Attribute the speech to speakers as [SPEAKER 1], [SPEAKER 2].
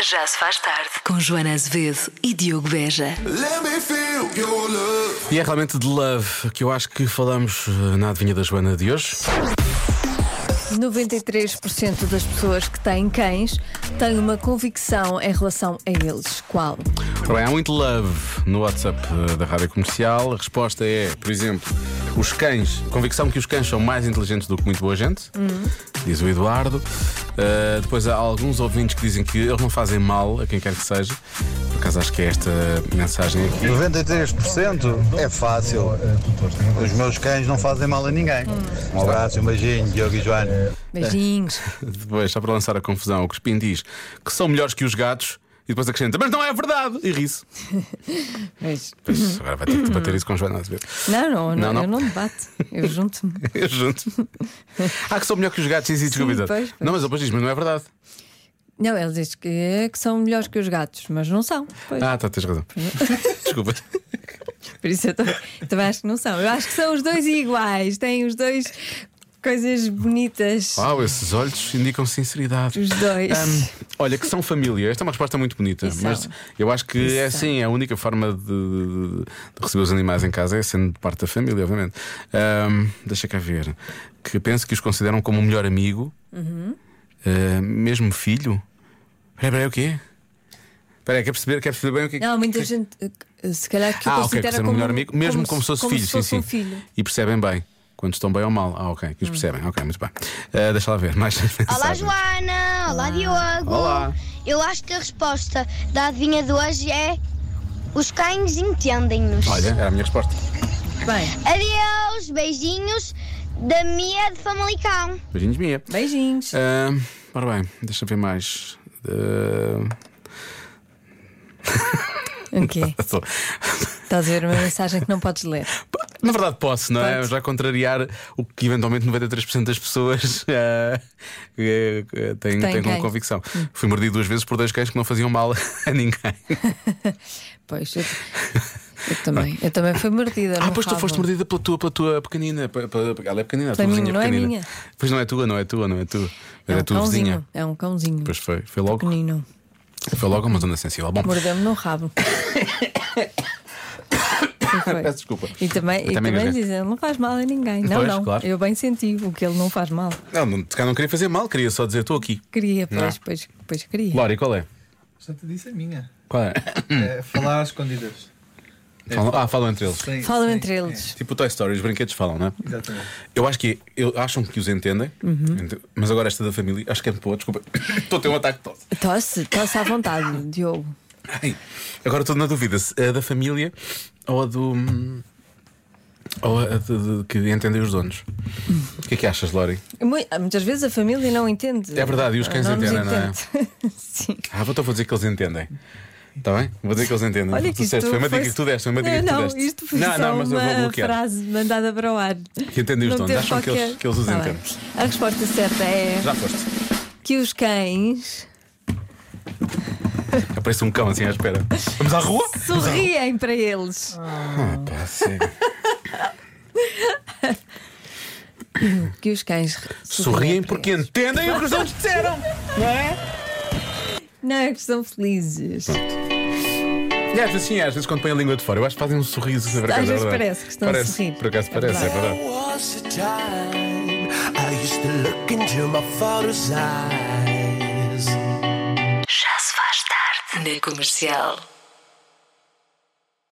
[SPEAKER 1] Já se faz tarde com Joana Azevedo e Diogo Beja.
[SPEAKER 2] Let me feel your love.
[SPEAKER 3] E é realmente de love que eu acho que falamos eh, na adivinha da Joana de hoje.
[SPEAKER 4] 93% das pessoas que têm cães têm uma convicção em relação a eles. Qual?
[SPEAKER 3] Ora bem, há muito love no WhatsApp eh, da Rádio Comercial. A resposta é, por exemplo, os cães. Convicção que os cães são mais inteligentes do que muito boa gente, diz o Eduardo. Eh, depois há alguns ouvintes que dizem que eles não fazem mal a quem quer que seja. Por acaso acho que é esta mensagem aqui.
[SPEAKER 5] 93% é fácil. Os meus cães não fazem mal a ninguém. Um abraço, um beijinho, Diogo e Joana.
[SPEAKER 4] Beijinhos.
[SPEAKER 3] Depois, só para lançar a confusão, o Crespim diz que são melhores que os gatos. E depois acrescenta, mas não é verdade! E ri-se.
[SPEAKER 4] Beijo.
[SPEAKER 3] Pois, Agora vai ter que bater isso com Joana Azevedo.
[SPEAKER 4] Não,
[SPEAKER 3] Não,
[SPEAKER 4] não, não,
[SPEAKER 3] não.
[SPEAKER 4] eu não me bato. Eu junto-me.
[SPEAKER 3] Eu junto. Ah, que sou melhor que os gatos, sim, sim, desculpa.
[SPEAKER 4] Sim,
[SPEAKER 3] exato.
[SPEAKER 4] pois, pois.
[SPEAKER 3] Não, mas depois diz, mas não é verdade.
[SPEAKER 4] Não, ele diz que, é que são melhores que os gatos, mas não são. Pois.
[SPEAKER 3] Ah, tá, tens razão. desculpa.
[SPEAKER 4] Por isso eu também, também acho que não são. Eu acho que são os dois iguais, têm os dois coisas bonitas.
[SPEAKER 3] Uau, esses olhos indicam sinceridade.
[SPEAKER 4] Os dois.
[SPEAKER 3] Ah. Ahm, olha, que são família. Esta é uma resposta muito bonita,
[SPEAKER 4] E são.
[SPEAKER 3] mas eu acho que
[SPEAKER 4] E
[SPEAKER 3] é
[SPEAKER 4] são.
[SPEAKER 3] assim: é a única forma de, de- de receber os animais em casa é sendo parte da família, obviamente. Ahm, deixa cá ver. Que penso que os consideram como o melhor amigo,
[SPEAKER 4] Uhum.
[SPEAKER 3] Ah, mesmo filho. Espera, espera, aí, o quê? Espera, aí, quer perceber, quer perceber bem o que é que-
[SPEAKER 4] Não, muita gente, eh, se calhar, que
[SPEAKER 3] ah,
[SPEAKER 4] o
[SPEAKER 3] ok,
[SPEAKER 4] considera
[SPEAKER 3] que
[SPEAKER 4] como,
[SPEAKER 3] o melhor amigo, mesmo como, se fosse filho, sim,
[SPEAKER 4] fosse
[SPEAKER 3] sim.
[SPEAKER 4] um filho. Hum.
[SPEAKER 3] E percebem bem quando estão bem ou mal. Ah, ok, que os percebem, ok, muito bem. Ah, deixa lá ver, mais
[SPEAKER 6] Olá
[SPEAKER 3] mensagens.
[SPEAKER 6] Joana, olá Diogo.
[SPEAKER 3] Olá.
[SPEAKER 6] Eu acho que a resposta da adivinha de hoje é os cães entendem-nos.
[SPEAKER 3] Olha, era a minha resposta.
[SPEAKER 4] Bem,
[SPEAKER 6] Adeus, beijinhos da Mia de Famalicão.
[SPEAKER 3] Beijinhos, minha.
[SPEAKER 4] beijinhos.
[SPEAKER 3] Ah, ora bem, deixa ver mais. Ah,
[SPEAKER 4] Ok.
[SPEAKER 3] tô-
[SPEAKER 4] Estás a ver uma mensagem que não podes ler.
[SPEAKER 3] Na verdade, posso, não é?
[SPEAKER 4] Pode.
[SPEAKER 3] Já contrariar o que eventualmente 93% das pessoas ah, eh, eh, têm,
[SPEAKER 4] Tem
[SPEAKER 3] têm como
[SPEAKER 4] quem? Hum.
[SPEAKER 3] convicção. Fui mordido duas vezes por dois cães que não faziam mal a ninguém.
[SPEAKER 4] Pois, eu, eu também. Eu também fui mordida.
[SPEAKER 3] Ah,
[SPEAKER 4] no
[SPEAKER 3] pois tu
[SPEAKER 4] rabo.
[SPEAKER 3] foste mordida pela tua, pela tua pequenina. pe- pe- Ela é pequenina, a tua
[SPEAKER 4] Pela
[SPEAKER 3] vizinha
[SPEAKER 4] minha, não é
[SPEAKER 3] pequenina.
[SPEAKER 4] minha.
[SPEAKER 3] Pois não é tua, não é tua, não é tua.
[SPEAKER 4] É
[SPEAKER 3] Era
[SPEAKER 4] um
[SPEAKER 3] a tua
[SPEAKER 4] cãozinho.
[SPEAKER 3] vizinha.
[SPEAKER 4] É um cãozinho. um
[SPEAKER 3] Pois foi, foi logo,
[SPEAKER 4] Pequenino.
[SPEAKER 3] foi logo uma zona sensível. Bom,
[SPEAKER 4] Mordeu-me no rabo. E foi.
[SPEAKER 3] peço desculpa.
[SPEAKER 4] E também,
[SPEAKER 3] Eu
[SPEAKER 4] e
[SPEAKER 3] também
[SPEAKER 4] também,
[SPEAKER 3] engasguei.
[SPEAKER 4] dizem, não faz mal a ninguém. Não,
[SPEAKER 3] Pois,
[SPEAKER 4] não.
[SPEAKER 3] claro.
[SPEAKER 4] Eu bem senti o que ele não faz mal.
[SPEAKER 3] Não, não, se calhar não queria fazer mal, queria só dizer estou aqui.
[SPEAKER 4] Queria,
[SPEAKER 3] Não.
[SPEAKER 4] pois, pois, pois queria.
[SPEAKER 3] Lori, qual é?
[SPEAKER 7] Já te disse a minha.
[SPEAKER 3] Qual é?
[SPEAKER 7] É falar às escondidas.
[SPEAKER 3] Falam- ah, falam entre eles.
[SPEAKER 7] É Sim,
[SPEAKER 4] Falam
[SPEAKER 7] sim,
[SPEAKER 4] entre eles.
[SPEAKER 3] Tipo o Toy Story, os brinquedos falam, não é?
[SPEAKER 7] é, Exatamente.
[SPEAKER 3] Eu acho que eu, acham que os entendem,
[SPEAKER 4] Uhum.
[SPEAKER 3] Ent- mas agora esta da família, acho que é boa, desculpa. Estou a ter um ataque de tosse.
[SPEAKER 4] Tosse, tosse à vontade, Diogo.
[SPEAKER 3] Ai, agora estou na dúvida se é da família ou a do. ou a de, de- que entendem os donos. O que é que achas, Lori?
[SPEAKER 4] Mu- Muitas vezes a família não entende.
[SPEAKER 3] É verdade, e os cães
[SPEAKER 4] nos
[SPEAKER 3] entendem, não é?
[SPEAKER 4] entende. Sim.
[SPEAKER 3] Ah, vou, então vou dizer que eles entendem. Está bem? Vou dizer que eles entendem.
[SPEAKER 4] Olha
[SPEAKER 3] Tu
[SPEAKER 4] que
[SPEAKER 3] disseste,
[SPEAKER 4] isto
[SPEAKER 3] foi uma dica
[SPEAKER 4] foi-
[SPEAKER 3] que tu deste, foi uma dica
[SPEAKER 4] não,
[SPEAKER 3] que tu
[SPEAKER 4] não,
[SPEAKER 3] deste.
[SPEAKER 4] isto foi
[SPEAKER 3] não,
[SPEAKER 4] só
[SPEAKER 3] não, mas eu
[SPEAKER 4] uma
[SPEAKER 3] vou bloquear.
[SPEAKER 4] frase mandada para o ar.
[SPEAKER 3] Que entendem os
[SPEAKER 4] Não
[SPEAKER 3] donos,
[SPEAKER 4] teve
[SPEAKER 3] acham que eles-
[SPEAKER 4] qualquer-
[SPEAKER 3] que eles os
[SPEAKER 4] Tá bem.
[SPEAKER 3] entendem.
[SPEAKER 4] A resposta certa é
[SPEAKER 3] Já foste.
[SPEAKER 4] que os cães
[SPEAKER 3] Aparece um cão assim à espera. Vamos à rua?
[SPEAKER 4] sorriem para eles.
[SPEAKER 3] Ah, pá, sim.
[SPEAKER 4] Que os cães re-
[SPEAKER 3] Sorriem
[SPEAKER 4] para
[SPEAKER 3] porque entendem o que os donos disseram.
[SPEAKER 4] eles. Não, é que são felizes.
[SPEAKER 3] E às vezes sim, às vezes quando põem a língua de fora, eu acho que fazem um sorriso. por acaso, é
[SPEAKER 4] vezes
[SPEAKER 3] verdade.
[SPEAKER 4] parece que estão a
[SPEAKER 3] Parece,
[SPEAKER 4] sorrir.
[SPEAKER 3] Por acaso
[SPEAKER 4] É
[SPEAKER 3] parece, é
[SPEAKER 4] verdade.
[SPEAKER 3] verdade.
[SPEAKER 2] Was a time I used to look into my father's eyes.
[SPEAKER 1] Já se faz tarde na comercial.